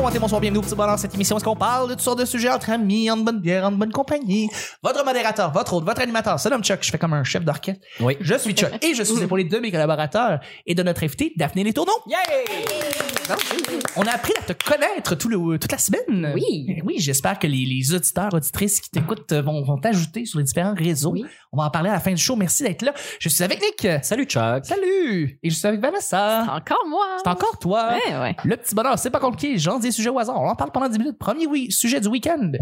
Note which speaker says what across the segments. Speaker 1: santé, bonsoir, bienvenue au petit bonheur. Cette émission, est-ce qu'on parle de toutes sortes de sujets entre amis, en bonne bière, en bonne compagnie? Votre modérateur, votre hôte, votre animateur, c'est l'homme Chuck. Je fais comme un chef d'orchestre.
Speaker 2: Oui.
Speaker 1: Je suis Chuck et je suis épaulé de mes collaborateurs et de notre invité, Daphné Les Tourneaux. On a appris à te connaître tout le, toute la semaine.
Speaker 3: Oui.
Speaker 1: Eh Oui, j'espère que les, les auditeurs, auditrices qui t'écoutent euh, vont vont t'ajouter sur les différents réseaux.
Speaker 3: Oui.
Speaker 1: On va en parler à la fin du show. Merci d'être là. Je suis avec Nick.
Speaker 2: Salut Chuck.
Speaker 1: Salut! Et je suis avec Vanessa.
Speaker 3: Encore moi.
Speaker 1: C'est encore toi.
Speaker 3: Ouais, ouais.
Speaker 1: Le petit bonheur, c'est pas compliqué. J'en dis des sujets au hasard. On en parle pendant 10 minutes. Premier oui, sujet du week-end.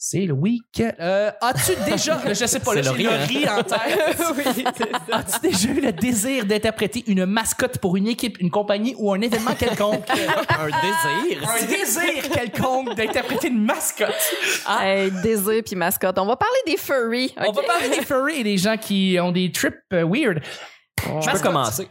Speaker 1: C'est le week-end. Euh, As-tu déjà. je sais pas, là,
Speaker 2: C'est
Speaker 1: j'ai le
Speaker 2: le hein. riz,
Speaker 1: riz en tête. As-tu déjà eu le désir d'interpréter une mascotte pour une équipe, une compagnie ou un événement quelconque?
Speaker 2: Un désir.
Speaker 1: un désir quelconque d'interpréter une mascotte.
Speaker 3: Hey, désir puis mascotte. On va parler des furries.
Speaker 1: On va parler des furries et des gens qui ont des trips euh, weird.
Speaker 2: Je peux commencer.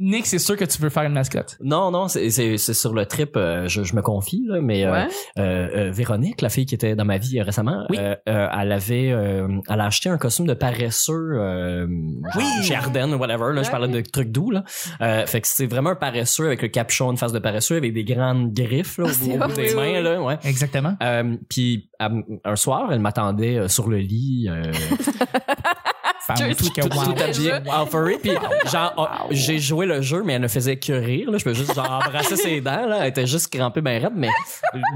Speaker 1: Nick, c'est sûr que tu veux faire une mascotte.
Speaker 2: Non, non, c'est c'est- c'est sur le trip, euh, je, je me confie, là, mais euh,
Speaker 3: Ouais.
Speaker 2: euh, euh, Véronique, la fille qui était dans ma vie euh, récemment,
Speaker 1: Oui.
Speaker 2: euh, euh, elle avait euh, elle a acheté un costume de paresseux euh,
Speaker 1: Oui.
Speaker 2: chez Ardennes ou whatever. Là, Je
Speaker 3: Ouais.
Speaker 2: parlais de trucs doux. Là. Euh, fait que c'est vraiment un paresseux avec le capuchon, une face de paresseux, avec des grandes griffes là, au bout au bout
Speaker 3: vrai.
Speaker 2: des mains. Là, ouais.
Speaker 1: Exactement.
Speaker 2: Euh, puis à- un soir, elle m'attendait euh, sur le lit, euh,
Speaker 1: Femme, tout, que-
Speaker 2: tout,
Speaker 1: wow.
Speaker 2: tout habillée en furry. Puis genre, oh, j'ai joué le jeu, mais elle ne faisait que rire. Là. Je peux juste genre embrasser ses dents. Là. Elle était juste crampée ben raide, mais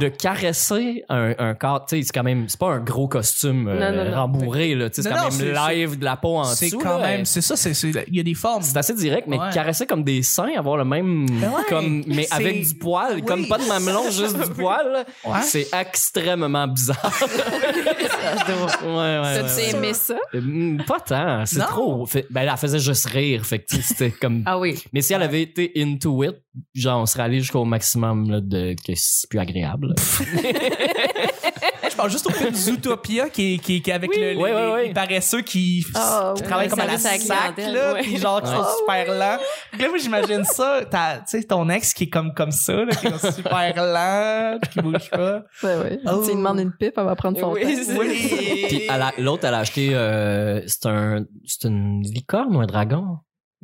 Speaker 2: de caresser un, un corps, tu sais, c'est quand même, c'est pas un gros costume euh,
Speaker 3: Non, non, non.
Speaker 2: rembourré. là. Tu sais,
Speaker 1: Non,
Speaker 2: C'est quand
Speaker 1: non,
Speaker 2: même
Speaker 1: c'est-
Speaker 2: live de la peau en dessous.
Speaker 1: C'est quand
Speaker 2: là.
Speaker 1: même. C'est ça, c'est- c'est- il y a des formes.
Speaker 2: C'est assez direct, mais
Speaker 1: Ouais. Ben
Speaker 2: caresser comme des seins, avoir le même,
Speaker 1: ouais,
Speaker 2: comme, mais
Speaker 1: c'est-
Speaker 2: avec du poil,
Speaker 1: Oui.
Speaker 2: comme pas de mamelon, juste du poil,
Speaker 1: Ouais.
Speaker 2: c'est extrêmement bizarre. ouais, ouais,
Speaker 3: T'as-tu
Speaker 2: ouais, ouais.
Speaker 3: aimé ça?
Speaker 2: Euh, mm, Pas tant, c'est
Speaker 1: Non.
Speaker 2: trop. Fait- ben, elle faisait juste rire, fait que tu sais, c'était comme.
Speaker 3: Ah oui.
Speaker 2: Mais si elle avait été into it, genre on serait allé jusqu'au maximum là, de que c'est plus agréable. là.
Speaker 1: Je pense juste au film Zootopia qui est, qui est- qui est avec le, les-
Speaker 2: Ouais, ouais, ouais.
Speaker 1: les paresseux qui
Speaker 3: Ah,
Speaker 1: qui
Speaker 3: ouais,
Speaker 1: travaillent comme à la
Speaker 3: service à la
Speaker 1: sac,
Speaker 3: clientèle,
Speaker 1: là,
Speaker 3: ouais. Oh,
Speaker 1: puis genre qui sont
Speaker 3: Ouais.
Speaker 1: super lents. Donc là, moi, j'imagine ça, t'as- tu sais, ton ex qui est comme, comme ça, là, qui est comme super lent, puis qui bouge pas.
Speaker 3: Ouais, ouais.
Speaker 1: Oh.
Speaker 3: Tu lui demandes une pipe, elle va prendre son temps.
Speaker 1: Oui.
Speaker 2: Puis elle a- l'autre, elle a acheté. euh, c'est un. C'est une licorne ou un dragon?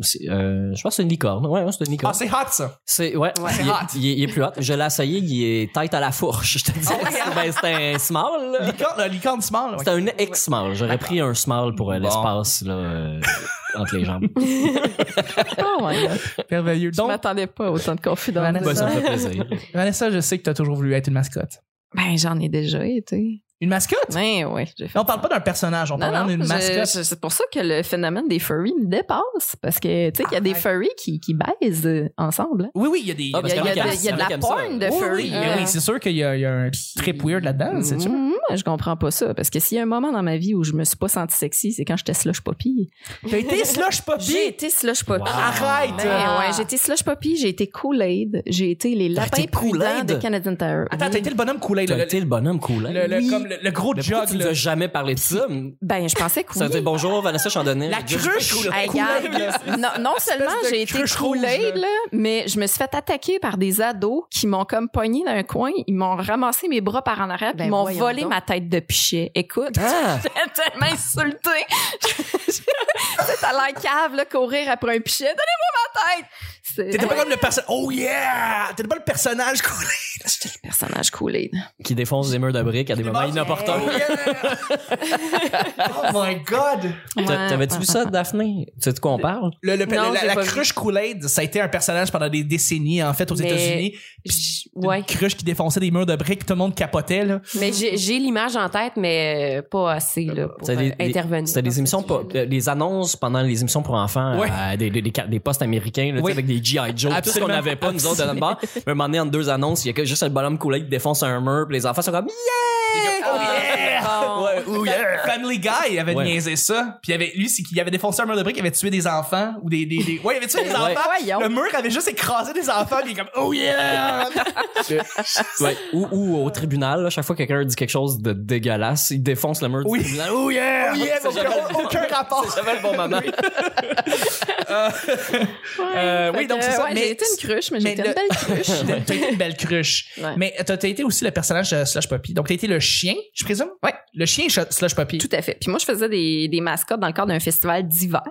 Speaker 2: C'est, euh, je pense que c'est une licorne. Ouais, ouais, c'est une
Speaker 1: Ah,
Speaker 2: licorne.
Speaker 1: c'est hot, ça.
Speaker 2: c'est ouais,
Speaker 3: Ouais.
Speaker 2: il, est- il est, il est plus hot. Je l'ai essayé, il est tête à la fourche. Je te dis, ben, c'est un small. là.
Speaker 1: Licorne, là, licorne small. ouais.
Speaker 2: C'est un ex-small. J'aurais pris un small pour euh,
Speaker 1: Bon.
Speaker 2: l'espace là, euh, entre les jambes.
Speaker 3: Oh my God.
Speaker 1: Merveilleux.
Speaker 3: Je
Speaker 1: Donc,
Speaker 3: m'attendais pas autant de confidence.
Speaker 1: Vanessa.
Speaker 2: Ben, ça me fait plaisir.
Speaker 1: Vanessa, je sais que t'as toujours voulu être une mascotte.
Speaker 3: Ben, j'en ai déjà été.
Speaker 1: Une mascotte?
Speaker 3: Ben, ouais, j'ai fait.
Speaker 1: On parle pas d'un personnage, on
Speaker 3: Non,
Speaker 1: parle
Speaker 3: non,
Speaker 1: vraiment d'une
Speaker 3: je-
Speaker 1: mascotte.
Speaker 3: je- c'est pour ça que le phénomène des furries me dépasse. Parce que, tu sais, qu'il y a des
Speaker 1: Arrête.
Speaker 3: furries qui, qui baisent euh, ensemble. hein.
Speaker 1: Oui, oui, il y a des.
Speaker 2: Ah,
Speaker 3: Il
Speaker 2: parce
Speaker 3: y a,
Speaker 2: qu'il
Speaker 3: il y a
Speaker 2: y en a
Speaker 3: de, il y a de
Speaker 2: qui
Speaker 3: la
Speaker 2: aiment ça.
Speaker 3: porn de
Speaker 1: Oui,
Speaker 3: furry.
Speaker 1: oui, mais oui, c'est sûr qu'il y, a- il y a un trip weird là-dedans, Hmm, c'est sûr.
Speaker 3: Mm, moi, je comprends pas ça. Parce que s'il y a un moment dans ma vie où je me suis pas sentie sexy, c'est quand j'étais slush poppy.
Speaker 1: T'as été slush
Speaker 3: J'ai
Speaker 1: puppy?
Speaker 3: été slush poppy.
Speaker 2: Wow.
Speaker 1: Arrête!
Speaker 3: Ben ouais, j'ai été slush poppy, j'ai été Kool-Aid, j'ai été les
Speaker 2: T'as
Speaker 3: lapins
Speaker 2: été Kool-Aid?
Speaker 3: prudents de Canadian Tire.
Speaker 1: Attends, t'as été le bonhomme coulé,
Speaker 2: T'as
Speaker 1: là.
Speaker 2: été le bonhomme cool.
Speaker 1: Le, le-
Speaker 3: Oui.
Speaker 1: comme le, le gros
Speaker 2: Mais pourquoi
Speaker 1: jug,
Speaker 2: tu nous
Speaker 1: là.
Speaker 2: as jamais parlé de ça?
Speaker 3: Ben, je pensais que
Speaker 2: Ça veut
Speaker 3: oui.
Speaker 2: dire bonjour, Vanessa Chandonnet.
Speaker 1: La
Speaker 2: Je-
Speaker 1: cruche!
Speaker 3: Hey,
Speaker 1: Kool-Aid,
Speaker 3: regarde,
Speaker 1: là.
Speaker 3: non, non seulement
Speaker 1: de
Speaker 3: j'ai été
Speaker 1: cruche rouge,
Speaker 3: Kool-Aid,
Speaker 1: là.
Speaker 3: là, mais je me suis fait attaquer par des ados qui m'ont comme pogné dans un coin, ils m'ont ramassé mes bras par en arrière, puis
Speaker 4: Ben,
Speaker 3: ils m'ont
Speaker 4: voyons
Speaker 3: volé
Speaker 4: donc.
Speaker 3: ma tête de pichet. Écoute,
Speaker 1: Hein?
Speaker 2: Ah!
Speaker 3: j'étais tellement insultée. J'étais à la cave, là, courir après un pichet. Donnez-moi ma tête! C'est
Speaker 1: T'étais pas comme le personnage. Oh yeah! T'étais pas le personnage coulé.
Speaker 3: J'étais le personnage Kool-Aid.
Speaker 2: Qui défonce des murs de briques à des moments inopportuns.
Speaker 1: oh my god!
Speaker 2: T'a-
Speaker 3: Ouais.
Speaker 2: T'avais-tu vu ça, Daphné? Tu sais de quoi on parle?
Speaker 1: Le, le-
Speaker 3: Non,
Speaker 1: la
Speaker 3: j'ai
Speaker 1: la
Speaker 3: pas vu.
Speaker 1: cruche Kool-Aid, ça a été un personnage pendant des décennies, en fait, aux
Speaker 4: Mais-
Speaker 1: États-Unis.
Speaker 4: J-
Speaker 1: Une
Speaker 4: Ouais.
Speaker 1: cruche qui défonçait des murs de briques, tout le monde capotait, là.
Speaker 4: Mais j'ai j'ai l'image en tête, mais euh, pas assez là, pour
Speaker 2: C'était
Speaker 4: euh, intervenir.
Speaker 2: C'était des émissions, pas- euh, les annonces pendant les émissions pour enfants,
Speaker 1: Ouais.
Speaker 2: euh, des, des, des, ca- des postes américains, là, tu sais,
Speaker 1: Oui.
Speaker 2: avec des G.I. Joe, tout ce
Speaker 1: Absolument.
Speaker 2: qu'on n'avait pas, nous autres, de notre bar. un moment donné, entre deux annonces, il y a que juste le bonhomme coulé qui défonce un mur, puis les enfants sont comme,
Speaker 3: Ah,
Speaker 2: yeah!
Speaker 1: Oh yeah!
Speaker 4: bon.
Speaker 1: Ouais, ou yeah! Family Guy avait
Speaker 2: oh, Ouais.
Speaker 1: niaisé ça. Puis il avait, lui, c'est qu'il avait défoncé un mur de briques, il avait tué des enfants ou des. des, des... Ouais, il avait tué des
Speaker 2: Ouais.
Speaker 1: enfants.
Speaker 3: Voyons.
Speaker 1: Le mur avait juste écrasé des enfants, puis il est comme Oh yeah!
Speaker 2: Ouais. Ou, ou au tribunal, là, chaque fois que quelqu'un dit quelque chose de dégueulasse, il défonce le mur du
Speaker 1: Oui.
Speaker 2: tribunal. Oh yeah!
Speaker 1: Oh yeah,
Speaker 2: C'est jamais
Speaker 1: aucun, aucun rapport.
Speaker 2: c'est jamais le bon moment.
Speaker 1: Euh, oui,
Speaker 3: Fait
Speaker 1: donc
Speaker 3: que,
Speaker 1: c'est ça.
Speaker 3: ouais,
Speaker 1: mais
Speaker 3: j'ai été une cruche, mais
Speaker 1: mais
Speaker 3: j'ai été
Speaker 1: le-
Speaker 3: une belle cruche.
Speaker 1: T'as t'as été une belle cruche.
Speaker 3: Ouais.
Speaker 1: Mais t'as t'as été aussi le personnage de Slash Poppy. euh, Donc t'as été le, le chien, je présume?
Speaker 3: Ouais.
Speaker 1: Le chien sh- slash papier.
Speaker 3: Tout à fait. Puis moi, je faisais des, des mascottes dans le cadre d'un festival d'hiver.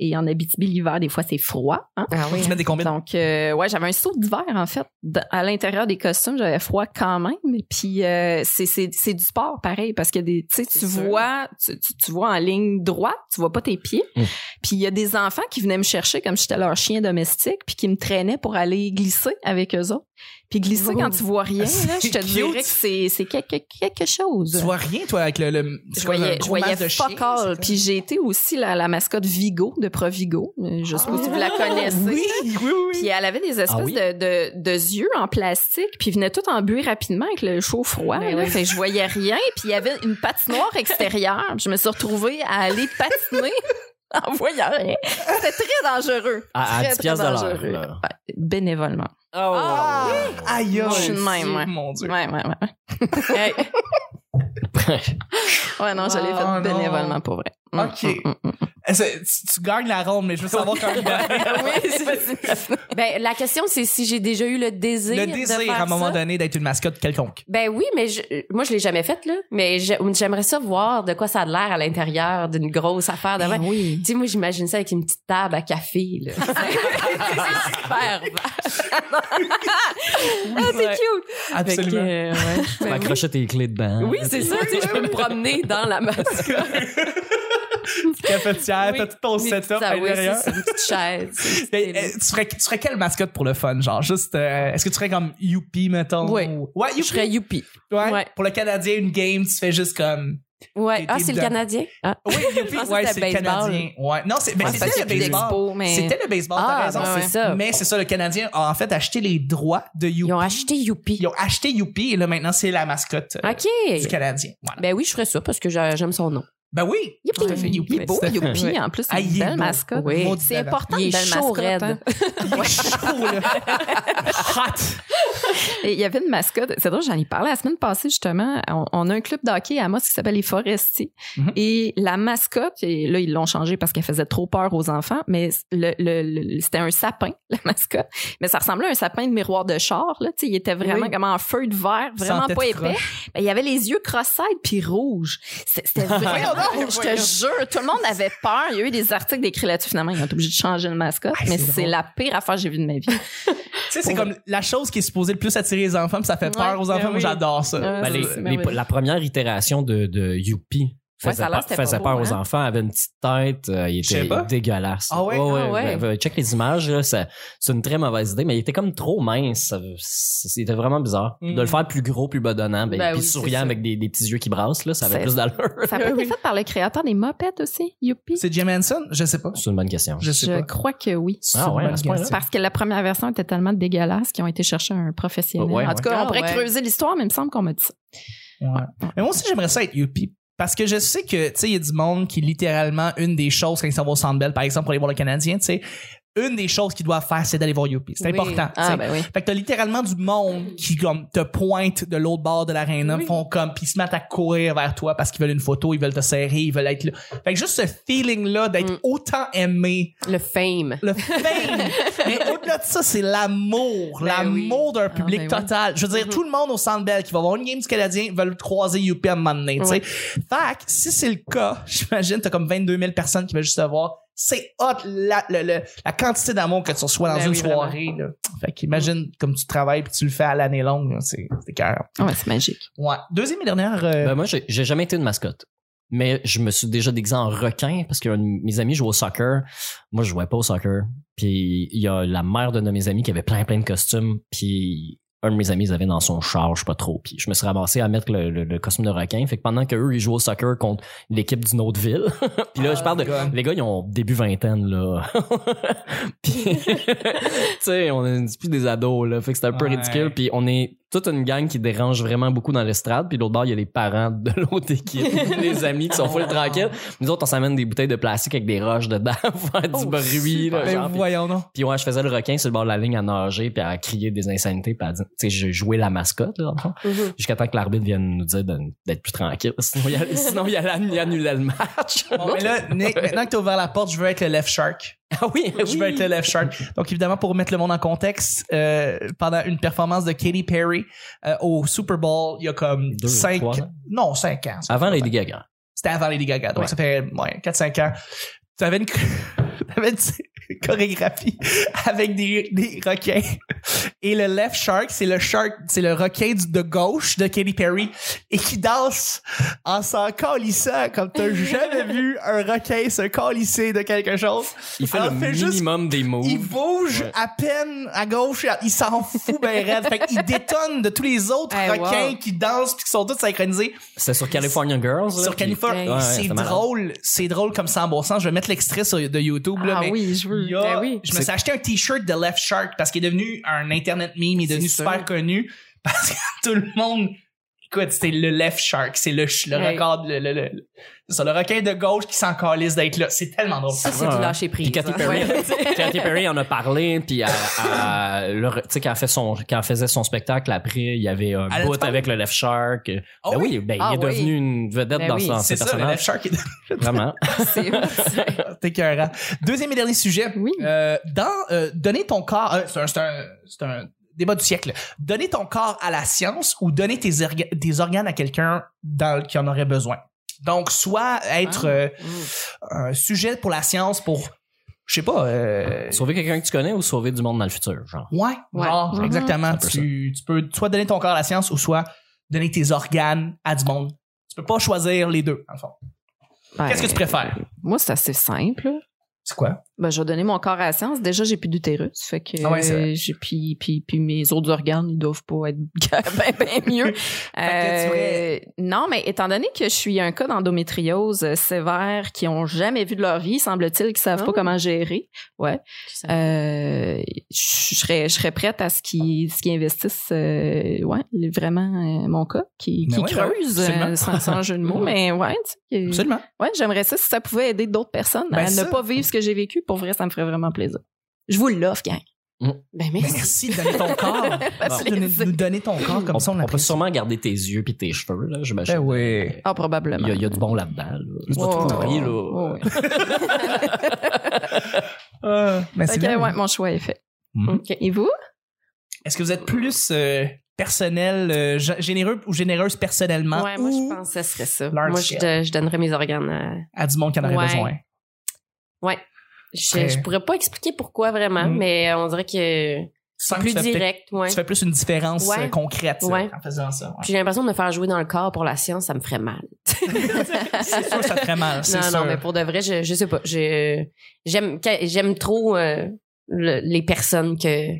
Speaker 3: Et en Abitibi, l'hiver, des fois, c'est froid. hein.
Speaker 4: Ah oui.
Speaker 1: Tu mets des combines.
Speaker 3: Donc, euh, ouais, j'avais un saut d'hiver, en fait. D- à l'intérieur des costumes, j'avais froid quand même. Et Puis, euh, c'est- c'est c'est du sport, pareil, parce que des, tu sais, tu
Speaker 4: C'est sûr.
Speaker 3: vois, tu, tu- tu vois en ligne droite, tu vois pas tes pieds.
Speaker 1: Mmh.
Speaker 2: Mm.
Speaker 3: Puis, il y a des enfants qui venaient me chercher comme j'étais leur chien domestique, puis qui me traînaient pour aller glisser avec eux autres. Puis, glisser
Speaker 4: Wow.
Speaker 3: quand tu vois rien, là, je te
Speaker 1: C'est
Speaker 3: dirais
Speaker 1: cute.
Speaker 3: que c'est c'est quelque, quelque
Speaker 1: Tu
Speaker 3: chose.
Speaker 1: vois rien, toi, avec le. le c'est
Speaker 3: Je
Speaker 1: quoi, un
Speaker 3: voyais, je
Speaker 1: gros
Speaker 3: voyais
Speaker 1: masque de chien,
Speaker 3: fuck all.
Speaker 1: c'est quoi?
Speaker 3: Puis j'ai été aussi la, la mascotte Vigo de Provigo. Euh, Je sais pas si vous la connaissez.
Speaker 1: Ah! Oui, oui, oui.
Speaker 3: Puis elle avait des espèces
Speaker 2: Ah oui?
Speaker 3: de, de, de yeux en plastique, puis venait tout embuer rapidement avec le chaud froid.
Speaker 1: Ben
Speaker 4: Mais
Speaker 3: là.
Speaker 4: oui.
Speaker 3: Fait que je voyais rien, puis il y avait une patinoire extérieure. Puis Je me suis retrouvée à aller patiner en voyant rien. C'était très dangereux.
Speaker 2: À- à
Speaker 3: Très,
Speaker 2: 10
Speaker 3: très
Speaker 2: piastres de l'heure,
Speaker 3: dangereux.
Speaker 2: là.
Speaker 3: Ouais, Bénévolement.
Speaker 1: Ah, aïe, aïe.
Speaker 3: Je suis de même, ouais.
Speaker 1: Mon Dieu.
Speaker 3: Ouais, ouais, ouais.
Speaker 4: Euh,
Speaker 3: Ouais, ouais non, je l'ai
Speaker 1: Oh, non.
Speaker 3: fait bénévolement pour vrai. Mm,
Speaker 1: Ok.
Speaker 3: mm, mm, mm.
Speaker 1: Eh, c'est- Tu, tu gagnes la ronde, mais je veux savoir quand
Speaker 3: Oui, c'est-
Speaker 4: Ben, la question, c'est si j'ai déjà eu le désir.
Speaker 1: Le
Speaker 4: de
Speaker 1: désir,
Speaker 4: faire
Speaker 1: à un moment
Speaker 4: ça.
Speaker 1: donné, d'être une mascotte quelconque.
Speaker 4: Ben oui, mais je, moi, je l'ai jamais faite, là. Mais je- j'aimerais ça voir de quoi ça a l'air à l'intérieur d'une grosse affaire de
Speaker 3: Ben
Speaker 4: même.
Speaker 3: oui.
Speaker 4: Tu sais, moi, j'imagine ça avec une petite table à café, là. c'est super vache. ah, c'est cute. Avec,
Speaker 1: Absolument.
Speaker 4: euh, ouais.
Speaker 2: Tu vas
Speaker 4: Ben oui.
Speaker 2: accrocher tes clés dedans.
Speaker 4: Oui, c'est ça. Tu sais, je peux me promener dans la mascotte.
Speaker 1: Cafetière,
Speaker 4: Oui.
Speaker 1: t'as tout ton
Speaker 4: Mes
Speaker 1: setup
Speaker 4: petites- ah
Speaker 1: à
Speaker 4: oui,
Speaker 1: l'intérieur.
Speaker 4: c'est ça, une petite chaise.
Speaker 1: Mais, euh, tu, ferais, tu ferais quelle mascotte pour le fun? Genre, juste. euh, Est-ce que tu ferais comme Youpi, mettons?
Speaker 4: Oui.
Speaker 1: ou- Ouais,
Speaker 4: Je
Speaker 1: Youpi.
Speaker 4: serais youpi.
Speaker 1: Ouais.
Speaker 4: ouais.
Speaker 1: Pour le Canadien, une game, tu fais juste comme.
Speaker 4: Ouais.
Speaker 1: T'es-
Speaker 4: Ah,
Speaker 1: t'es
Speaker 4: c'est le
Speaker 1: dedans.
Speaker 4: Canadien? Ah.
Speaker 1: Oui, Youpi,
Speaker 4: pensais que
Speaker 1: ouais,
Speaker 4: c'était
Speaker 1: c'est le
Speaker 4: baseball.
Speaker 1: Canadien. Ouais. Non, c'est. mais
Speaker 3: Ouais,
Speaker 1: c'était
Speaker 3: parce
Speaker 1: le
Speaker 3: qu'il y a plus
Speaker 1: baseball.
Speaker 3: d'expos, mais-
Speaker 1: C'était le baseball, t'as
Speaker 4: Ah,
Speaker 1: raison.
Speaker 4: ben, c'est ça.
Speaker 1: Mais c'est ça, le Canadien a en fait acheté les droits de Youpi.
Speaker 4: Ils ont acheté youpi.
Speaker 1: Ils ont acheté Youpi et là, maintenant, c'est la mascotte euh,
Speaker 4: OK.
Speaker 1: du Canadien. Voilà.
Speaker 4: Ben oui, je ferais ça parce que j'a- j'aime son nom.
Speaker 1: Ben oui!
Speaker 4: Youpi.
Speaker 1: Tout à fait, Youpi.
Speaker 3: Il est beau,
Speaker 1: C'était-
Speaker 3: Youpi,
Speaker 4: Ouais.
Speaker 3: en plus,
Speaker 1: Ah,
Speaker 3: c'est
Speaker 1: il
Speaker 3: une
Speaker 1: est
Speaker 3: belle
Speaker 1: beau.
Speaker 3: mascotte.
Speaker 4: Oui.
Speaker 1: Maudit
Speaker 3: C'est
Speaker 1: talent.
Speaker 3: important,
Speaker 4: Il
Speaker 3: une
Speaker 4: est
Speaker 3: belle
Speaker 4: chaud,
Speaker 3: mascotte.
Speaker 4: raide.
Speaker 3: hein.
Speaker 1: Il est chaud, là. Hot!
Speaker 3: Et il y avait une mascotte. C'est drôle, j'en ai parlé la semaine passée, justement. On, on a un club d'hockey à Moss qui s'appelle les Forestiers.
Speaker 1: Mhm.
Speaker 3: Et la mascotte, et là, ils l'ont changé parce qu'elle faisait trop peur aux enfants, mais le, le- le- c'était un sapin, la mascotte. Mais ça ressemblait à un sapin de miroir de char, là. Tu sais, il était vraiment
Speaker 1: Oui.
Speaker 3: comme en feu de verre, vraiment
Speaker 1: Sentait
Speaker 3: pas
Speaker 1: de
Speaker 3: épais. Ben, il avait les yeux cross-eyed puis rouges. C'est- C'était
Speaker 1: Voyons
Speaker 3: vraiment,
Speaker 1: donc,
Speaker 3: je te
Speaker 1: voyons.
Speaker 3: jure, tout le monde avait peur. Il y a eu des articles décrits là-dessus. Finalement, ils ont été obligés de changer de mascotte,
Speaker 1: Ah,
Speaker 3: mais
Speaker 1: c'est
Speaker 3: c'est
Speaker 1: drôle.
Speaker 3: la pire affaire que j'ai vue de ma vie.
Speaker 1: Tu sais, c'est comme la chose qui est supposée le plus attirer les enfants, puis ça fait peur
Speaker 3: Ouais,
Speaker 1: aux enfants.
Speaker 3: ben
Speaker 1: Moi,
Speaker 3: oui.
Speaker 1: j'adore ça.
Speaker 3: Ah,
Speaker 2: Ben,
Speaker 3: c'est-
Speaker 2: les-
Speaker 3: c'est
Speaker 2: les-
Speaker 3: merveilleux.
Speaker 2: la première itération de, de Youpi
Speaker 3: Ouais,
Speaker 2: faisait
Speaker 3: ça a l'air
Speaker 2: peur,
Speaker 3: c'était pas
Speaker 2: faisait
Speaker 3: beau,
Speaker 2: peur aux
Speaker 3: hein.
Speaker 2: enfants, avait une petite tête, euh, il
Speaker 1: Je sais
Speaker 2: était
Speaker 1: pas.
Speaker 2: dégueulasse.
Speaker 1: Ah ouais?
Speaker 4: Ah ouais.
Speaker 2: ben, ben, check les images, là, ça- c'est une très mauvaise idée, mais il était comme trop mince. ça- c'est- C'était vraiment bizarre.
Speaker 1: Mm.
Speaker 2: De le faire plus gros, plus bedonnant, ben,
Speaker 4: Ben
Speaker 2: puis
Speaker 4: oui, c'est
Speaker 2: souriant
Speaker 4: ça.
Speaker 2: avec des, des petits yeux qui brassent, là, ça avait
Speaker 3: C'est-
Speaker 2: plus d'allure.
Speaker 3: Ça a pas été fait par le créateur des mopettes aussi, Youpi?
Speaker 1: C'est Jim Henson? Je sais pas.
Speaker 2: C'est une bonne question.
Speaker 1: Je sais
Speaker 3: Je
Speaker 1: pas.
Speaker 3: crois que oui.
Speaker 1: C'est
Speaker 2: Ah ouais,
Speaker 1: une
Speaker 2: à ce
Speaker 1: bonne
Speaker 2: point-là.
Speaker 1: question.
Speaker 3: Parce que la première version était tellement dégueulasse qu'ils ont été chercher un professionnel.
Speaker 2: Ouais,
Speaker 3: en tout cas,
Speaker 4: ouais.
Speaker 3: on pourrait
Speaker 4: Ah ouais.
Speaker 3: creuser l'histoire, mais il me semble qu'on m'a dit ça.
Speaker 1: Ouais. Mais moi aussi, j'aimerais ça être Youpi. Parce que je sais que, tu sais, il y a du monde qui, littéralement, une des choses, quand ils s'en vont au Centre Bell, par exemple, pour aller voir le Canadien, tu sais, une des choses qu'ils doivent faire, c'est d'aller voir Youpi. C'est
Speaker 4: Oui.
Speaker 1: important. tu sais.
Speaker 3: Ah, ben oui.
Speaker 1: Fait que t'as littéralement du monde qui comme, te pointe de l'autre bord de l'aréna, font comme, puis ils se mettent à courir vers toi parce qu'ils veulent une photo, ils veulent te serrer, ils veulent être là. Fait que juste ce feeling-là d'être
Speaker 3: Mm.
Speaker 1: autant aimé,
Speaker 4: Le fame.
Speaker 1: le fame, mais au-delà de ça, c'est l'amour,
Speaker 4: Ben oui. Mm-hmm.
Speaker 1: l'amour d'un public
Speaker 3: ben oui.
Speaker 1: total. Je veux dire, tout le monde au Centre Bell qui va voir une game du Canadien veulent croiser UP à un moment donné, tu sais. Fait que si c'est le cas, j'imagine t'as comme 22 000 personnes qui veulent juste te voir. C'est hot la, le- le- la quantité d'amour que tu reçois dans
Speaker 4: Ben
Speaker 1: une
Speaker 4: oui,
Speaker 1: soirée. Là. Fait qu'imagine comme tu travailles puis tu le fais à l'année longue, là, c'est c'est carré.
Speaker 3: Ah ouais, c'est magique.
Speaker 1: Ouais. Deuxième et dernière. euh,
Speaker 2: Ben, moi, j'ai j'ai jamais été une mascotte. Mais je me suis déjà déguisé en requin parce qu'un de mes amis jouait au soccer. Moi, je jouais pas au soccer. Puis il y a la mère d'un de mes amis qui avait plein, plein de costumes. Puis un de mes amis, ils avaient dans son char, je sais pas trop. Puis je me suis ramassé à mettre le, le- le costume de requin. Fait que pendant qu'eux, ils jouaient au soccer contre l'équipe d'une autre ville. puis là, je parle de.
Speaker 1: Ah, God.
Speaker 2: Les gars, ils ont début vingtaine, là. puis, tu sais, on est plus des ados, là. Fait que c'est un peu
Speaker 1: Ouais.
Speaker 2: ridicule. Puis on est toute une gang qui dérange vraiment beaucoup dans l'estrade. Puis de l'autre bord, il y a les parents de l'autre équipe, les amis qui sont full
Speaker 1: Ah.
Speaker 2: tranquilles. Nous autres, on s'amène des bouteilles de plastique avec des roches dedans pour faire du
Speaker 4: Oh,
Speaker 2: bruit, là.
Speaker 1: ben,
Speaker 2: genre. Puis-
Speaker 1: voyons non.
Speaker 2: puis ouais, je faisais le requin sur le bord de la ligne à nager, puis à crier des insanités, puis à dire, tu sais, je jouais la mascotte, là, dans le fond.
Speaker 1: Mm-hmm.
Speaker 4: Mhm.
Speaker 2: jusqu'à temps que l'arbitre vienne nous dire de- d'être plus tranquille. Sinon, il allait, sinon, il allait annuler le match.
Speaker 1: Bon, mais là, Nick, maintenant que t'as ouvert la porte, je veux être le left shark.
Speaker 2: Ah oui,
Speaker 1: Je veux être le Left Shark. Donc, évidemment, pour mettre le monde en contexte, euh, pendant une performance de Katy Perry euh, au Super Bowl, il y a comme
Speaker 2: Deux,
Speaker 1: 5
Speaker 2: trois ans?
Speaker 1: Non, 5 ans. ça.
Speaker 2: Avant Lady Gaga.
Speaker 1: C'était avant Lady Gaga, donc
Speaker 2: Ouais.
Speaker 1: ça fait ouais, 4-5 ans. Tu avais une, t'avais une chorégraphie avec des, des requins. Et le left shark, c'est le shark, c'est le requin du- de gauche de Katy Perry et qui danse en s'en calissant comme t'as jamais vu un requin se calisser de quelque chose.
Speaker 2: Il fait
Speaker 1: Alors,
Speaker 2: le
Speaker 1: Ah, fais juste-
Speaker 2: minimum des mots.
Speaker 1: Il bouge
Speaker 2: Ouais.
Speaker 1: à peine à gauche, et à- il s'en fout ben raide. Fait qu'il détonne de tous les autres
Speaker 3: Hey, Eh, wow.
Speaker 1: requins qui dansent puis qui sont tous synchronisés
Speaker 2: C'est sur California Girls. là,
Speaker 1: sur
Speaker 2: puis-
Speaker 1: Californie.
Speaker 2: Ouais, ouais,
Speaker 1: c'est
Speaker 2: c'était malade.
Speaker 1: drôle, c'est drôle comme ça en bon sens. Je vais mettre l'extrait sur de YouTube là,
Speaker 3: Ah
Speaker 1: mais
Speaker 3: oui, je veux.
Speaker 1: il y a-
Speaker 3: Ben oui.
Speaker 1: je me suis acheté un t-shirt de Left Shark parce qu'il est devenu un internet meme, il est
Speaker 4: C'est
Speaker 1: devenu
Speaker 4: sûr.
Speaker 1: super connu parce que tout le monde écoute, c'était le Left Shark, c'est le ch- le
Speaker 3: Hey.
Speaker 1: record le, le, le- c'est ça, le requin de gauche qui s'en calisse d'être là. C'est tellement drôle.
Speaker 4: Ça, c'est
Speaker 2: Ouais,
Speaker 4: du
Speaker 2: ouais.
Speaker 4: lâcher prise.
Speaker 2: Puis Katy
Speaker 4: hein.
Speaker 2: Perry,
Speaker 4: Ouais.
Speaker 2: Katy Perry en a parlé, puis elle- elle- le- tu sais, quand, elle fait son- quand elle faisait son spectacle après, il y avait un
Speaker 1: Elle a
Speaker 2: bout
Speaker 1: parlé?
Speaker 2: avec le Left Shark.
Speaker 1: Ah
Speaker 2: ben
Speaker 1: oui?
Speaker 2: oui, ben,
Speaker 4: Ah
Speaker 2: il est
Speaker 4: oui.
Speaker 2: devenu une vedette
Speaker 3: Ben
Speaker 2: dans,
Speaker 3: oui.
Speaker 2: dans
Speaker 1: C'est
Speaker 2: ses
Speaker 1: ça, le Left
Speaker 2: personnages.
Speaker 1: Shark est
Speaker 2: Vraiment.
Speaker 3: C'est
Speaker 1: T'es écœurant. Deuxième et dernier sujet.
Speaker 3: Oui.
Speaker 1: Euh, dans euh, Donner ton corps, euh, c'est un, c'est un- c'est un débat du siècle. Donner ton corps à la science ou donner tes, orga- tes organes à quelqu'un dans- qui en aurait besoin. Donc, soit être
Speaker 3: Ah.
Speaker 1: euh,
Speaker 4: Mm.
Speaker 1: un sujet pour la science pour, je sais pas, euh,
Speaker 2: Sauver quelqu'un que tu connais ou sauver du monde dans le futur, genre.
Speaker 1: ouais,
Speaker 3: Ouais.
Speaker 1: genre,
Speaker 3: Mhm.
Speaker 1: exactement.
Speaker 2: C'est un peu
Speaker 1: Tu, tu peux soit donner ton corps à la science ou soit donner tes organes à du monde. Tu peux pas choisir les deux, en fond. Qu'est-ce que tu préfères?
Speaker 3: Ben, Moi, c'est assez simple.
Speaker 1: C'est quoi?
Speaker 3: Ben, je vais donner mon corps à la science. Déjà, j'ai plus d'utérus. Fait que,
Speaker 1: Ah ouais, c'est vrai.
Speaker 3: euh, j'ai- puis, puis, puis mes autres organes, ils doivent pas être ben, ben mieux.
Speaker 1: que tu aurais-
Speaker 3: Euh, non, mais étant donné que je suis un cas d'endométriose euh, sévère qui ont jamais vu de leur vie, semble-t-il, qui savent
Speaker 4: Ah.
Speaker 3: pas comment gérer, ouais, euh, je je serais, je serais prête à ce qu'ils ce qu'ils investissent, euh, ouais, les- vraiment euh, mon cas, qui,
Speaker 1: Mais
Speaker 3: qui
Speaker 1: ouais,
Speaker 3: creuse,
Speaker 1: absolument.
Speaker 3: euh, sans, sans jeu de mots, mais ouais, tu sais, que-
Speaker 1: Absolument.
Speaker 3: Ouais, j'aimerais ça si ça pouvait aider d'autres personnes
Speaker 1: Ben,
Speaker 3: à
Speaker 1: ça.
Speaker 3: ne pas vivre ce que j'ai vécu. Pour vrai, ça me ferait vraiment plaisir. Je vous l'offre, gang.
Speaker 4: Ben,
Speaker 1: Mais
Speaker 4: merci.
Speaker 1: Merci de donner ton corps. Merci de nous-
Speaker 3: plaisir.
Speaker 1: nous donner ton corps comme
Speaker 2: on,
Speaker 1: ça on
Speaker 2: on peut
Speaker 1: l'apprécie.
Speaker 2: sûrement garder tes yeux puis tes cheveux, là, j'imagine.
Speaker 1: Ben oui.
Speaker 3: Ah,
Speaker 2: Il
Speaker 3: probablement.
Speaker 2: y, a, il y a du bon là-dedans. Là. C'est pas
Speaker 3: Ouais,
Speaker 2: tout pourri,
Speaker 3: ouais,
Speaker 2: là.
Speaker 3: ouais, Oh, ouais.
Speaker 1: Euh, mais
Speaker 3: Fait
Speaker 1: c'est
Speaker 3: que,
Speaker 1: bien.
Speaker 3: ouais, mon choix est fait.
Speaker 4: Mm.
Speaker 1: Mhm.
Speaker 3: OK. Et vous?
Speaker 1: Est-ce que vous êtes plus euh, personnel, euh, g- généreux ou généreuse personnellement
Speaker 4: Ouais, moi,
Speaker 1: ou
Speaker 4: je pense que ce serait ça.
Speaker 1: Large
Speaker 4: Moi, je,
Speaker 1: shit.
Speaker 4: je donnerais mes organes à.
Speaker 1: à du monde qui en aurait
Speaker 4: Ouais.
Speaker 1: besoin?
Speaker 4: Ouais.
Speaker 1: Très-
Speaker 4: Je, je pourrais pas expliquer pourquoi vraiment,
Speaker 1: Mm.
Speaker 4: mais euh, on dirait que
Speaker 1: Sans que
Speaker 4: plus
Speaker 1: tu fais peut-être-
Speaker 4: direct, ouais.
Speaker 1: Tu fais plus une différence
Speaker 4: Ouais.
Speaker 1: euh, concrète euh,
Speaker 4: Ouais.
Speaker 1: en faisant ça.
Speaker 4: Puis J'ai l'impression de me faire jouer dans le corps pour la science, ça me ferait mal.
Speaker 1: ouais. c'est sûr, ça te ferait mal. Ah, c'est
Speaker 4: Non,
Speaker 1: sûr.
Speaker 4: non, mais pour de vrai, je, je sais pas. Je- J'aime que- j'aime trop euh, le- les personnes que,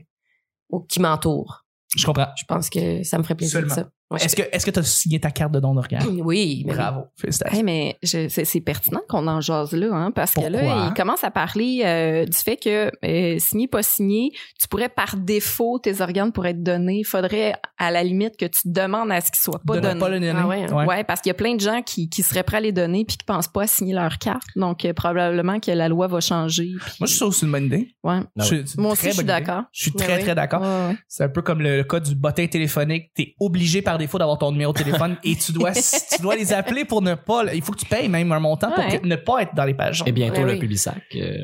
Speaker 4: ou qui m'entourent.
Speaker 1: Je comprends.
Speaker 4: Je pense que ça me ferait plaisir.
Speaker 1: Seulement.
Speaker 4: Ça. Ouais.
Speaker 1: Est-ce que est-ce que tu as signé ta carte de don d'organe?
Speaker 4: Oui, mais
Speaker 1: Bravo. Félicitations.
Speaker 3: Hey, mais je- c'est c'est pertinent qu'on en jase là, hein, parce que
Speaker 1: Pourquoi?
Speaker 3: là, il commence à parler euh, du fait que euh, signé, pas signé, tu pourrais par défaut, tes organes pourraient être donnés. Il faudrait à la limite que tu demandes à ce qu'ils soient pas
Speaker 1: De ne
Speaker 3: donnés.
Speaker 1: pas le donner.
Speaker 4: Ah ouais, hein.
Speaker 1: Ouais.
Speaker 3: Ouais. parce qu'il y a plein de gens qui, qui seraient prêts à les donner puis qui pensent pas à signer leur carte. Donc, euh, probablement que la loi va changer. puis-
Speaker 1: Moi, je trouve que c'est une bonne idée.
Speaker 3: Ouais.
Speaker 2: Ah
Speaker 1: Je- c'est une
Speaker 3: Moi
Speaker 1: très
Speaker 3: aussi, je suis
Speaker 1: bonne idée.
Speaker 3: d'accord.
Speaker 1: Je suis
Speaker 4: Mais
Speaker 1: très,
Speaker 4: oui.
Speaker 1: très d'accord.
Speaker 3: Ouais, ouais.
Speaker 1: C'est un peu comme le, le cas du bottin téléphonique. T'es obligé par défaut d'avoir ton numéro de téléphone et tu dois, tu dois les appeler pour ne pas. le- Il faut que tu payes même un montant pour
Speaker 3: Ouais.
Speaker 1: que- ne pas être dans les pages.
Speaker 2: Et bientôt,
Speaker 4: Ben
Speaker 2: le
Speaker 4: oui.
Speaker 2: Publisac, euh,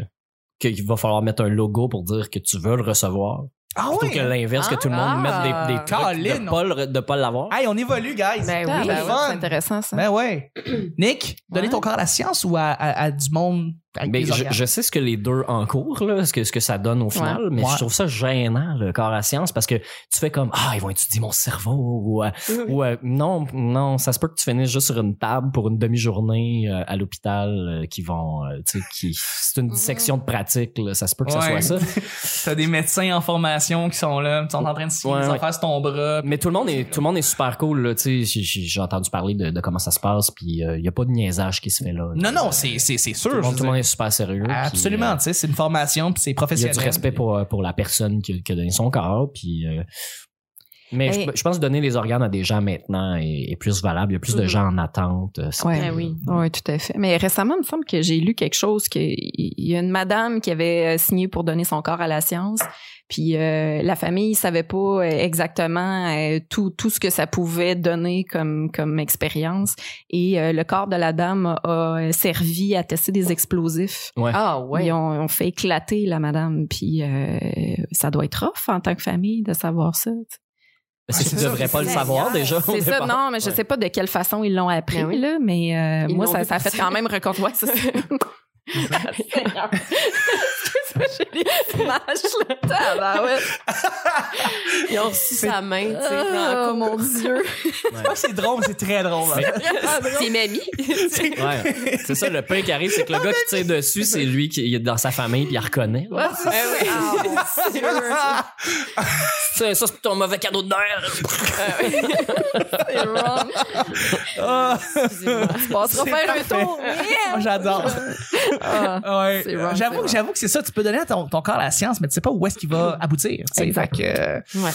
Speaker 2: qu'il va falloir mettre un logo pour dire que tu veux le recevoir.
Speaker 1: Ah
Speaker 2: Plutôt que
Speaker 1: ouais.
Speaker 2: l'inverse, que tout le monde
Speaker 4: Ah.
Speaker 2: mette des, des trucs de
Speaker 1: Colin.
Speaker 2: ne pas le- de pas l'avoir.
Speaker 1: Hey, on évolue, guys.
Speaker 4: Ben
Speaker 3: Ah,
Speaker 4: oui.
Speaker 3: ben
Speaker 1: le
Speaker 3: ouais,
Speaker 1: fun.
Speaker 3: c'est intéressant ça.
Speaker 1: Ben ouais. Nick, donner
Speaker 3: Ouais.
Speaker 1: ton corps à la science ou à, à- à du monde avec
Speaker 2: Ben,
Speaker 1: des
Speaker 2: je,
Speaker 1: organes?
Speaker 2: je sais ce que les deux en cours, là, ce, que, ce que ça donne au final, mais
Speaker 1: Ouais.
Speaker 2: je trouve ça gênant, le corps à science, parce que tu fais comme Ah, ils vont étudier mon cerveau ou, euh, ou, euh, non, non, ça se peut que tu finisses juste sur une table pour une demi-journée euh, à l'hôpital euh, qui vont euh, tu sais, qui c'est
Speaker 1: Mhm.
Speaker 2: une dissection de pratique, là, ça se peut que ça
Speaker 1: Ouais.
Speaker 2: soit ça.
Speaker 1: T'as des médecins en formation qui sont là, qui sont en train de signer
Speaker 2: Ouais,
Speaker 1: des
Speaker 2: ouais.
Speaker 1: affaires sur ton bras.
Speaker 2: Mais tout le monde est tout le monde est super cool, là, tu sais, j'ai- j'ai j'ai entendu parler de, de comment ça se passe, puis il n'y a pas de niaisage qui se fait là.
Speaker 1: Non, non, c'est c'est- c'est sûr.
Speaker 2: tout le
Speaker 1: je
Speaker 2: monde,
Speaker 1: veux
Speaker 2: tout le monde
Speaker 1: dire.
Speaker 2: est super sérieux. puis,
Speaker 1: Absolument, tu sais, c'est une formation, puis c'est
Speaker 2: Il y a
Speaker 1: professionnel.
Speaker 2: du respect pour, pour la personne qui, a- qui a donné son corps, puis. euh, Mais
Speaker 4: Hey.
Speaker 2: je, je pense que donner les organes à des gens maintenant est, est plus valable. Il y a plus de
Speaker 3: Mm-hmm.
Speaker 4: Mhm.
Speaker 2: gens en attente. euh, c'est-
Speaker 3: Ouais.
Speaker 4: Ben oui.
Speaker 3: Oui, tout à fait. Mais récemment, il me semble que j'ai lu quelque chose que il y a une madame qui avait euh, signé pour donner son corps à la science, puis euh, la famille savait pas euh, exactement euh, tout tout ce que ça pouvait donner comme comme expérience et euh, le corps de la dame a euh, servi à tester des explosifs.
Speaker 4: Ah ouais.
Speaker 3: Ils ont, ont fait éclater la madame, puis euh, ça doit être off en tant que famille de savoir ça. tu sais.
Speaker 2: Parce que
Speaker 1: Ah, c'est
Speaker 2: tu
Speaker 1: ça,
Speaker 2: devrais
Speaker 1: c'est
Speaker 2: pas le
Speaker 4: ça.
Speaker 2: savoir déjà. au
Speaker 3: C'est ça,
Speaker 2: départ.
Speaker 3: non, mais je
Speaker 2: Ouais.
Speaker 3: sais pas de quelle façon ils l'ont appris,
Speaker 4: Ben oui.
Speaker 3: là, mais euh,
Speaker 4: Ils
Speaker 3: moi,
Speaker 4: l'ont
Speaker 3: ça,
Speaker 4: vu
Speaker 3: ça a fait
Speaker 4: passer.
Speaker 3: quand même record. Ouais, c'est ça.
Speaker 4: Ah,
Speaker 3: Seigneur. Excuse-moi, j'ai les images, là.
Speaker 4: Ah, bah,
Speaker 3: Tabarouette.
Speaker 4: Ils ont reçu sa main, tu sais.
Speaker 3: Oh, mon Dieu.
Speaker 1: Ah, c'est drôle, c'est très drôle. hein.
Speaker 4: Ah, C'est mamie.
Speaker 1: C'est-
Speaker 2: Ouais. C'est ça, le pain qui arrive, c'est que le
Speaker 3: Ah,
Speaker 2: gars qui tire dessus, c'est lui qui est dans sa famille puis il reconnaît. là.
Speaker 4: Ah, mon Dieu.
Speaker 2: Ça, ça, c'est ton mauvais cadeau de Noël.
Speaker 3: C'est wrong.
Speaker 1: Ah,
Speaker 4: Excusez-moi.
Speaker 3: Tu passeras
Speaker 1: C'est
Speaker 3: faire un
Speaker 1: parfait.
Speaker 3: tour.
Speaker 1: moi, j'adore.
Speaker 3: Ah.
Speaker 1: Ouais.
Speaker 3: C'est wrong, c'est
Speaker 1: J'avoue,
Speaker 3: wrong.
Speaker 1: j'avoue que c'est ça. Tu peux donner à ton, ton corps la science, mais tu sais pas où est-ce qu'il va aboutir. tu sais.
Speaker 3: Mm. Exact.
Speaker 1: Fait que, euh,
Speaker 4: Ouais.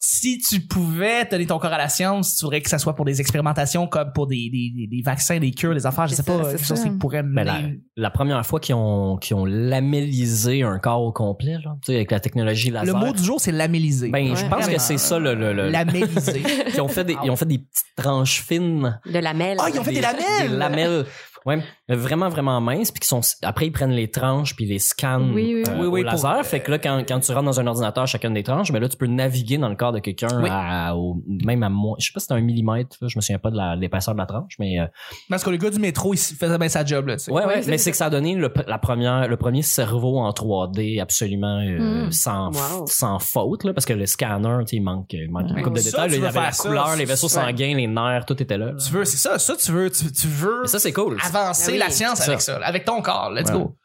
Speaker 1: si tu pouvais donner ton corps à la science, tu voudrais que ça soit pour des expérimentations comme pour des, des- des- des vaccins, des cures, des affaires, je
Speaker 3: C'est
Speaker 1: sais
Speaker 3: ça,
Speaker 1: pas,
Speaker 3: c'est
Speaker 1: quelque chose
Speaker 3: ça.
Speaker 1: qui pourrait
Speaker 2: Mais
Speaker 1: mener.
Speaker 2: la, la première fois qu'ils ont, qu'ils ont lamellisé un corps au complet, là, tu sais, avec la technologie
Speaker 1: Le
Speaker 2: laser.
Speaker 1: mot du jour, c'est lamelliser.
Speaker 2: ben, je
Speaker 4: Ouais,
Speaker 2: pense que
Speaker 1: vraiment.
Speaker 2: c'est ça le. le, le-
Speaker 1: Lamelliser.
Speaker 2: Ils, ont fait des, ils ont fait des petites tranches fines.
Speaker 4: De la mêle.
Speaker 1: Ah, ils ont fait des lamelles!
Speaker 2: Des lamelles. Ouais, vraiment, vraiment minces. Puis qui sont, après, ils prennent les tranches puis ils les scannent
Speaker 3: Oui, oui,
Speaker 2: euh,
Speaker 1: oui. Oui, oui,
Speaker 2: au laser. Fait que là, quand, quand tu rentres dans un ordinateur, chacune des tranches, mais là, tu peux naviguer dans le corps de quelqu'un,
Speaker 1: Oui.
Speaker 2: à- au- même à moins. Je sais pas si c'est un millimètre. là, Je me souviens pas de la- de l'épaisseur de la tranche, mais. euh,
Speaker 1: Parce que le gars du métro, il faisait bien sa job, là, tu sais.
Speaker 2: Ouais,
Speaker 3: Ouais,
Speaker 2: ouais,
Speaker 3: c'est
Speaker 2: mais c'est que ça a donné le, la première, le premier cerveau en 3D absolument euh,
Speaker 3: Mm.
Speaker 2: sans, f-
Speaker 4: Wow.
Speaker 2: sans faute, là, parce que le scanner, tu sais, il manque, il manque
Speaker 3: Ouais.
Speaker 2: une couple de
Speaker 1: Ça,
Speaker 2: détails.
Speaker 1: tu
Speaker 2: là, il
Speaker 1: veux
Speaker 2: avait la
Speaker 1: faire ça,
Speaker 2: couleur,
Speaker 1: ça,
Speaker 2: les vaisseaux
Speaker 1: ça.
Speaker 2: sanguins, les nerfs, tout était là. là.
Speaker 1: Tu veux, c'est ça, ça, tu veux, tu, tu veux
Speaker 2: Mais ça, c'est cool.
Speaker 1: avancer
Speaker 4: Ben oui.
Speaker 1: la science avec ça, là, avec ton corps, let's
Speaker 2: Ouais.
Speaker 1: go.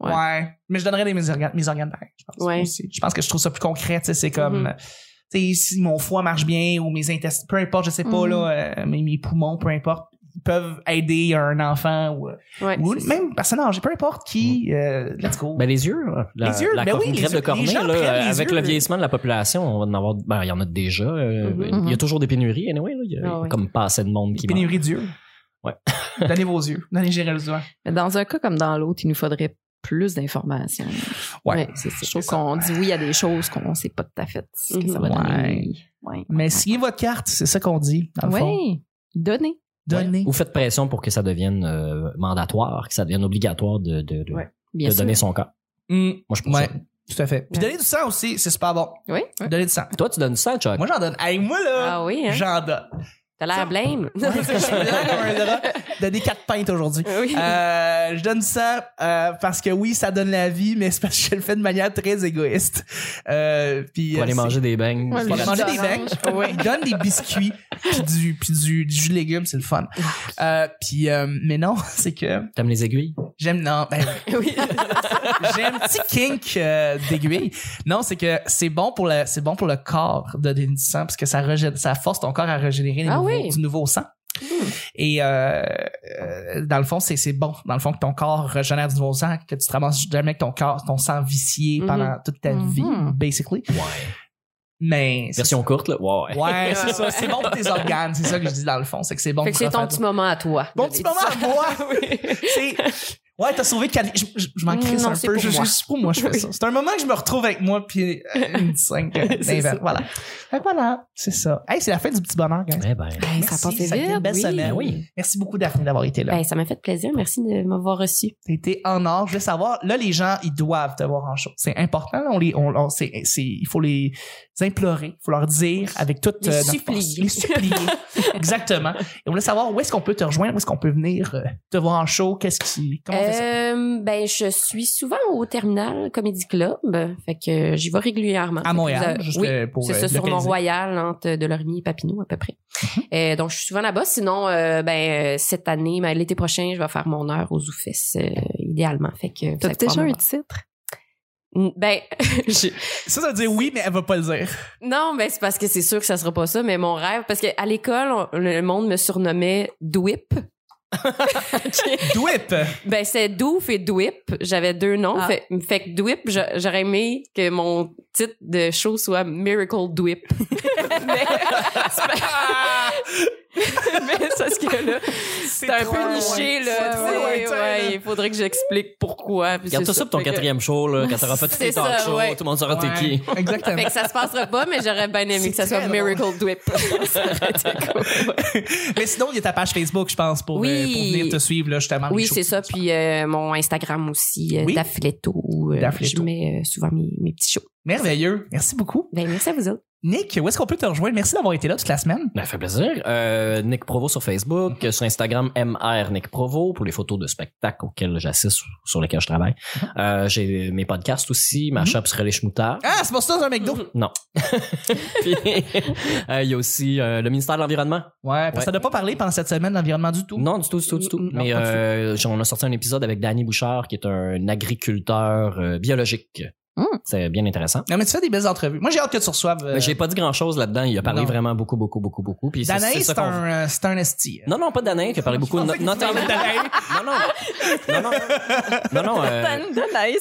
Speaker 3: Ouais.
Speaker 1: Ouais. Mais je donnerais les, mes organes, mes organes pareils, je pense.
Speaker 4: Ouais.
Speaker 1: aussi. Je pense que je trouve ça plus concret, tu sais, c'est comme.
Speaker 4: Mhm.
Speaker 1: euh, tu sais, si mon foie marche bien ou mes intestins, peu importe, je sais pas,
Speaker 3: Mhm.
Speaker 1: là,
Speaker 4: Mm-hmm.
Speaker 1: euh, mes, mes poumons, peu importe, ils peuvent aider un enfant ou, euh,
Speaker 4: Ouais,
Speaker 1: ou
Speaker 4: c'est ça.
Speaker 1: même une personne âgée, peu importe qui, euh, let's go.
Speaker 2: Ben, les yeux, là. la,
Speaker 1: Les yeux,
Speaker 2: la
Speaker 1: ben
Speaker 2: cor-
Speaker 1: oui,
Speaker 2: une
Speaker 1: les
Speaker 2: greffe de
Speaker 1: yeux. Les
Speaker 2: cornée,
Speaker 1: gens
Speaker 2: là,
Speaker 1: prennent les
Speaker 2: avec
Speaker 1: yeux.
Speaker 2: le vieillissement de la population, on va en avoir, ben, il y en a déjà. euh,
Speaker 4: Mhm.
Speaker 2: Il y
Speaker 3: Mhm.
Speaker 2: a toujours des pénuries, anyway, là. Il y a
Speaker 4: Ah ouais.
Speaker 2: comme pas assez de monde qui meurt.
Speaker 1: Pénurie d'yeux.
Speaker 2: Ouais.
Speaker 1: Donnez vos yeux. Donnez gérer les yeux.
Speaker 3: Mais dans un cas comme dans l'autre, il nous faudrait plus d'informations.
Speaker 1: Ouais.
Speaker 3: c'est ça. Je trouve qu'on dit oui à des choses qu'on sait pas tout à fait ce que ça va
Speaker 1: Mm-hmm. Ouais.
Speaker 3: donner. Ouais.
Speaker 1: Mais signez votre carte, c'est ça qu'on dit, dans le fond.
Speaker 3: Oui. Donner.
Speaker 1: Donnez.
Speaker 2: Ou faites pression pour que ça devienne euh, mandatoire, que ça devienne obligatoire de, de, de,
Speaker 3: Bien
Speaker 2: de
Speaker 3: sûr.
Speaker 2: donner son corps.
Speaker 1: Mm.
Speaker 2: Moi, je pense
Speaker 1: Ouais,
Speaker 2: ça.
Speaker 1: tout à fait. Puis
Speaker 4: Ouais.
Speaker 1: donner du sang aussi, c'est super bon.
Speaker 3: Oui.
Speaker 1: Donner du sang.
Speaker 2: Toi, tu donnes ça, Chuck?
Speaker 1: Moi, j'en donne. Hey, moi, là,
Speaker 4: Ah oui, hein?
Speaker 1: j'en donne.
Speaker 4: T'as l'air blême.
Speaker 1: Je suis là comme un drap. Donner quatre pintes aujourd'hui.
Speaker 4: Oui.
Speaker 1: Euh, je donne ça euh, parce que oui, ça donne la vie, mais c'est parce que je le fais de manière très égoïste. Euh, puis,
Speaker 2: Pour
Speaker 1: euh,
Speaker 2: aller
Speaker 1: c'est-
Speaker 2: manger des beignes.
Speaker 3: Ouais,
Speaker 2: c'est
Speaker 1: Pour
Speaker 2: pas
Speaker 1: aller manger
Speaker 3: jus
Speaker 2: grave.
Speaker 1: des
Speaker 3: d'orange.
Speaker 1: becs. Ils donnent des biscuits puis du, puis du, du jus de légumes, c'est le fun. Euh, puis, euh, mais non, c'est que
Speaker 2: T'aimes les aiguilles?
Speaker 1: j'aime... Non, ben,
Speaker 4: oui.
Speaker 1: J'ai un petit kink euh, d'aiguille. Non, c'est que c'est bon pour le c'est bon pour le corps de donner du sang parce que ça rejette, ça force ton corps à régénérer des
Speaker 4: Ah
Speaker 1: nouveaux-
Speaker 4: oui. Hmm.
Speaker 1: du nouveau sang. Et euh, euh, dans le fond, c'est c'est bon. Dans le fond, que ton corps régénère du nouveau sang, que tu te ramasses jamais avec ton corps, ton sang vicié
Speaker 4: Mhm.
Speaker 1: pendant toute ta
Speaker 3: Mhm.
Speaker 1: vie, basically.
Speaker 2: Ouais.
Speaker 1: Mais c'est-
Speaker 2: Version courte, là? Ouais.
Speaker 1: ouais, c'est ça. C'est bon pour tes organes. C'est ça que je dis dans le fond. C'est que c'est bon
Speaker 4: Fait que
Speaker 1: pour
Speaker 4: c'est ton
Speaker 1: refaire-
Speaker 4: petit moment à toi.
Speaker 1: Mon petit moment à moi. C'est- Ouais, t'as sauvé Cali. Je, je- je m'en
Speaker 4: Mm,
Speaker 1: crisse
Speaker 4: non,
Speaker 1: un
Speaker 4: c'est
Speaker 1: peu.
Speaker 4: pour
Speaker 1: je,
Speaker 4: moi.
Speaker 1: je- c'est pour moi, je fais ça. C'est un moment que je me retrouve avec moi, puis euh, une 5
Speaker 4: C'est ça.
Speaker 1: Voilà. Fait que voilà, c'est ça. Hey, c'est la fin du petit bonheur, guys.
Speaker 2: Eh ben.
Speaker 3: Hey, ça
Speaker 1: Merci,
Speaker 3: passait
Speaker 1: ça a été
Speaker 3: vite.
Speaker 1: une belle
Speaker 3: oui.
Speaker 1: semaine.
Speaker 2: Ben oui.
Speaker 1: Merci beaucoup, Daphné, d'avoir été là.
Speaker 4: Ben, ça m'a fait plaisir. Merci de m'avoir reçu.
Speaker 1: T'as été en or. Je voulais savoir, là, les gens, ils doivent te voir en show. C'est important. là. On les, on, on- c'est, c'est- il faut les implorer. Il faut leur dire avec toute
Speaker 4: Les
Speaker 1: notre force.
Speaker 4: supplier.
Speaker 1: Les supplier. Exactement. Et on voulait savoir où est-ce qu'on peut te rejoindre, où est-ce qu'on peut venir euh, te voir en show, qu'est-ce qui, comment on fait ça?
Speaker 4: Euh, ben, je suis souvent au terminal Comedy Club. Fait que j'y vais régulièrement.
Speaker 1: À
Speaker 4: Fait
Speaker 1: Montréal,
Speaker 4: que vous-
Speaker 1: juste
Speaker 4: oui,
Speaker 1: euh, pour.
Speaker 4: C'est
Speaker 1: euh,
Speaker 4: ça, sur
Speaker 1: localiser. Mhm.
Speaker 4: Mont-Royal, entre Delormier et Papineau, à peu près. Euh, donc, je suis souvent là-bas. Sinon, euh, ben, euh, cette année, ben, l'été prochain, je vais faire mon heure aux Zoufess, euh, idéalement. Fait que. vous
Speaker 3: T'as
Speaker 4: allez
Speaker 3: déjà
Speaker 4: pouvoir me
Speaker 3: un
Speaker 4: voir.
Speaker 3: titre?
Speaker 4: Mm, Ben, je-
Speaker 1: Ça, ça veut dire oui, mais elle va pas le dire.
Speaker 4: non, ben, c'est parce que c'est sûr que ça sera pas ça, mais mon rêve, parce qu'à l'école, on- le monde me surnommait Dwip.
Speaker 1: Dwip!
Speaker 4: Ben, c'est Doof et Dwip. J'avais deux noms.
Speaker 3: Ah.
Speaker 4: Fait, fait que Dwip, j'a- j'aurais aimé que mon titre de show soit Miracle Dwip. mais, c'est pas- mais c'est parce que là, c'est un
Speaker 1: trop
Speaker 4: peu
Speaker 1: loin.
Speaker 4: niché,
Speaker 1: C'est
Speaker 4: là.
Speaker 1: trop
Speaker 4: tu sais,
Speaker 1: lointain, là.
Speaker 4: ouais, il faudrait que j'explique pourquoi. puis
Speaker 2: Garde
Speaker 4: c'est
Speaker 2: ça pour ton
Speaker 4: Fait que-
Speaker 2: quatrième show, là, quand t'auras fait tous
Speaker 4: C'est
Speaker 2: tes talk
Speaker 4: ça,
Speaker 2: shows,
Speaker 4: ouais.
Speaker 2: tout le monde saura Ah, t'es
Speaker 1: Ouais.
Speaker 2: qui.
Speaker 1: Exactement.
Speaker 4: Fait que ça se passera pas, mais j'aurais bien aimé que ça
Speaker 1: C'est très
Speaker 4: soit Miracle Dwip. Ça aurait été cool.
Speaker 1: Mais sinon, il y a ta page Facebook, je pense, pour,
Speaker 4: Oui.
Speaker 1: euh, pour venir te suivre, là, justement. les
Speaker 4: Oui,
Speaker 1: shows
Speaker 4: c'est
Speaker 1: que
Speaker 4: ça.
Speaker 1: tu fais.
Speaker 4: Puis euh, mon Instagram aussi, euh,
Speaker 1: Oui.
Speaker 4: Daffletto, où, euh,
Speaker 1: Daffletto.
Speaker 4: je mets euh, souvent mes, mes petits shows.
Speaker 1: Merveilleux. Merci beaucoup.
Speaker 4: Ben, merci à vous autres.
Speaker 1: Nick, où est-ce qu'on peut te rejoindre? Merci d'avoir été là toute la semaine.
Speaker 2: Ben, ça fait plaisir. Euh, Nick Provo sur Facebook,
Speaker 1: Mm-hmm.
Speaker 2: sur Instagram, MR Nick Provo pour les photos de spectacles auxquels j'assiste, ou sur lesquels je travaille. Euh, j'ai mes podcasts aussi, ma
Speaker 1: Mhm.
Speaker 2: shop sur les Schmoutards.
Speaker 1: Mm-hmm. Ah, c'est pour ça, c'est un McDo.
Speaker 2: Puis, euh, il y a aussi euh, le ministère de l'Environnement.
Speaker 1: Ouais, parce que ça n'a pas parlé pendant cette semaine de l'environnement du tout.
Speaker 2: Non, du tout, du tout, du tout.
Speaker 1: Mm, mm,
Speaker 2: Mais
Speaker 1: non, pas du
Speaker 2: euh, on a sorti un épisode avec Danny Bouchard, qui est un agriculteur euh, biologique.
Speaker 3: Mm.
Speaker 2: C'est bien intéressant.
Speaker 1: Non, mais tu fais des belles entrevues. Moi, j'ai hâte que tu reçoives. euh,
Speaker 2: Mais J'ai pas dit grand-chose là-dedans. Il a parlé
Speaker 1: non.
Speaker 2: vraiment beaucoup, beaucoup, beaucoup, beaucoup. Puis c'est-
Speaker 1: Danae,
Speaker 2: c'est
Speaker 1: c'est
Speaker 2: ça qu'on
Speaker 1: un, euh, c'est un esti.
Speaker 2: Non, non, pas Danaï qui a parlé beaucoup.
Speaker 1: Je
Speaker 2: No-
Speaker 1: pensais que tu
Speaker 2: notamment-
Speaker 1: parlais de Danae.
Speaker 2: Non, non. Non, non. Non, non. euh,
Speaker 3: c'est un
Speaker 1: Danae, hein,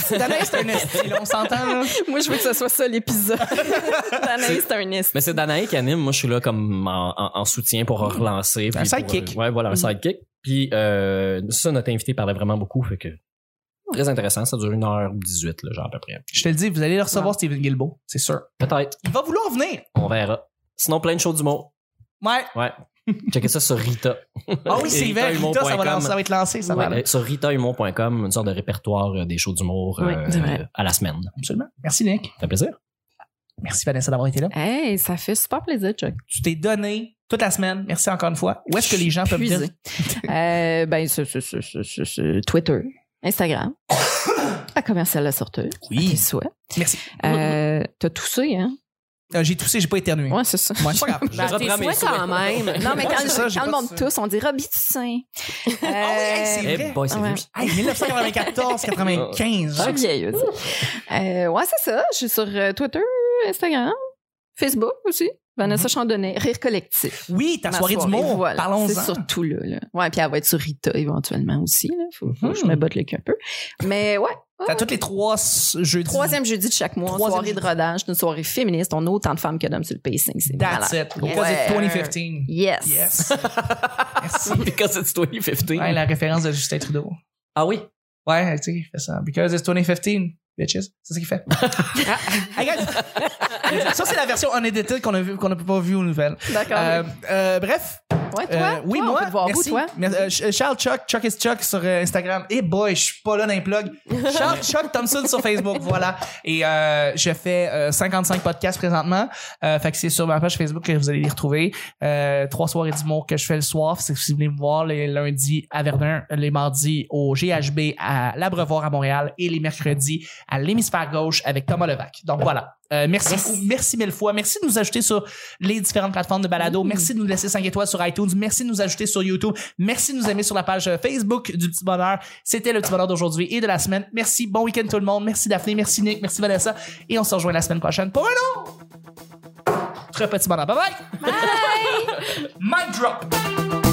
Speaker 1: c'est- Danae, c'est un esti, là, on s'entend, là.
Speaker 3: Moi, je veux que ce soit ça l'épisode. Danaï, c'est un est.
Speaker 2: mais c'est Danaï qui anime. Moi, je suis là comme en, en- en soutien pour relancer.
Speaker 1: Un
Speaker 2: puis pour,
Speaker 1: sidekick.
Speaker 2: euh, ouais,
Speaker 4: Mm.
Speaker 2: voilà, un sidekick. Puis euh, ça, notre invité parlait vraiment beaucoup. Fait que très intéressant. Ça dure 1h18, là, genre à peu près.
Speaker 1: Je te le dis, vous allez le recevoir, Steven Guilbeault, c'est sûr.
Speaker 2: Peut-être.
Speaker 1: Il va vouloir venir.
Speaker 2: On verra. Sinon, plein de shows d'humour.
Speaker 1: Ouais.
Speaker 2: Ouais. Checkez ça sur Rita.
Speaker 1: Ah oui, c'est vrai. Rita, ça va,
Speaker 2: ritahumour.com.
Speaker 1: lancer- ça va être lancé, ça va.
Speaker 2: Ouais, sur ritahumour.com, une sorte de répertoire euh, des shows d'humour
Speaker 4: Ouais,
Speaker 2: euh,
Speaker 4: c'est vrai.
Speaker 2: à la semaine.
Speaker 1: Absolument. Merci, Nick.
Speaker 2: Ça fait plaisir.
Speaker 1: Merci, Vanessa, d'avoir été là.
Speaker 3: Hey, ça fait super plaisir, Chuck.
Speaker 1: Tu t'es donné toute la semaine. Merci encore une fois. Où est-ce que les gens peuvent
Speaker 3: Puisé.
Speaker 1: dire?
Speaker 3: Euh, ben, ce, ce, ce, ce, ce- ce- Twitter, Instagram, à commercial la sorteuse, à tes souhaits.
Speaker 1: Merci.
Speaker 3: Euh, T'as toussé, hein?
Speaker 1: Euh, j'ai toussé, j'ai pas éternué.
Speaker 3: Ouais, c'est ça.
Speaker 1: Ouais, c'est pas grave.
Speaker 2: Je
Speaker 4: Ben,
Speaker 2: reprends
Speaker 4: tes
Speaker 2: mes
Speaker 4: souhaits quand
Speaker 2: souhaits.
Speaker 4: même.
Speaker 3: Non, mais
Speaker 1: Ouais,
Speaker 3: quand,
Speaker 1: c'est ça, j'ai
Speaker 3: quand
Speaker 1: pas
Speaker 3: le monde
Speaker 1: toussé.
Speaker 3: tousse, on dit Robbie Toussaint.
Speaker 1: ouais, c'est
Speaker 3: Euh,
Speaker 1: vrai.
Speaker 2: Eh boy, c'est
Speaker 3: Ouais.
Speaker 2: vieux.
Speaker 1: Hey, 1994, 95.
Speaker 3: Je suis vieilleuse. Euh, ouais, c'est ça. Je suis sur euh, Twitter, Instagram, Facebook aussi. Vanessa Chandonnet, Rire Collectif.
Speaker 1: Oui, ta
Speaker 3: Ma
Speaker 1: Mm-hmm. soirée d'humour.
Speaker 3: voilà.
Speaker 1: Parlons-en.
Speaker 3: C'est surtout là, là. Ouais, puis elle va être sur Rita éventuellement aussi. Là. Faut, faut que je
Speaker 1: Mhm.
Speaker 3: me botte le cul un peu. Mais ouais,
Speaker 1: T'as toutes les trois s- jeudis.
Speaker 3: troisième jeudi de chaque mois,
Speaker 1: Troisième
Speaker 3: soirée de
Speaker 1: jeudi.
Speaker 3: rodage, une soirée féministe. On a autant de femmes que d'hommes sur le pacing. C'est
Speaker 1: That's
Speaker 3: malade.
Speaker 1: it. Because
Speaker 3: Ouais.
Speaker 1: it's 2015.
Speaker 3: Yes.
Speaker 1: Yes. Merci.
Speaker 2: Because it's 2015.
Speaker 1: Ouais, la référence de Justin Trudeau.
Speaker 2: Ah oui.
Speaker 1: Ouais, tu sais, il fait ça. Because it's 2015. Bitches. C'est ce qu'il fait. Hey, guys. Ça, c'est la version unedited qu'on a vu, qu'on n'a pas vue aux nouvelles.
Speaker 3: D'accord.
Speaker 1: Euh, euh, bref.
Speaker 3: ouais, toi,
Speaker 1: Euh, oui,
Speaker 3: toi,
Speaker 1: moi.
Speaker 3: on peut te voir
Speaker 1: merci.
Speaker 3: où, toi?
Speaker 1: Mer- euh, Ch- Charles Chuck, Chuck is Chuck sur euh, Instagram. Et boy, je suis pas là dans les plugs. Charles Chuck Thompson sur Facebook, voilà. Et euh, je fais euh, 55 podcasts présentement. Euh, fait que c'est sur ma page Facebook que vous allez les retrouver. Euh, trois soirées d'humour que je fais le soir. C'est si vous voulez me voir les lundis à Verdun, les mardis au GHB à l'Abrevoir à Montréal et les mercredis à l'Hémisphère Gauche avec Thomas Levac. Donc voilà. Euh, merci beaucoup. Merci mille fois. Merci de nous ajouter sur les différentes plateformes de balado. Merci de nous laisser 5 étoiles sur iTunes. Merci de nous ajouter sur YouTube. Merci de nous aimer sur la page euh, Facebook du Petit Bonheur. C'était le Petit Bonheur d'aujourd'hui et de la semaine. Merci. Bon week-end tout le monde. Merci Daphné. Merci Nick. Merci Vanessa. Et on se rejoint la semaine prochaine pour un autre Petit Bonheur. Bye bye. Bye. Mic drop.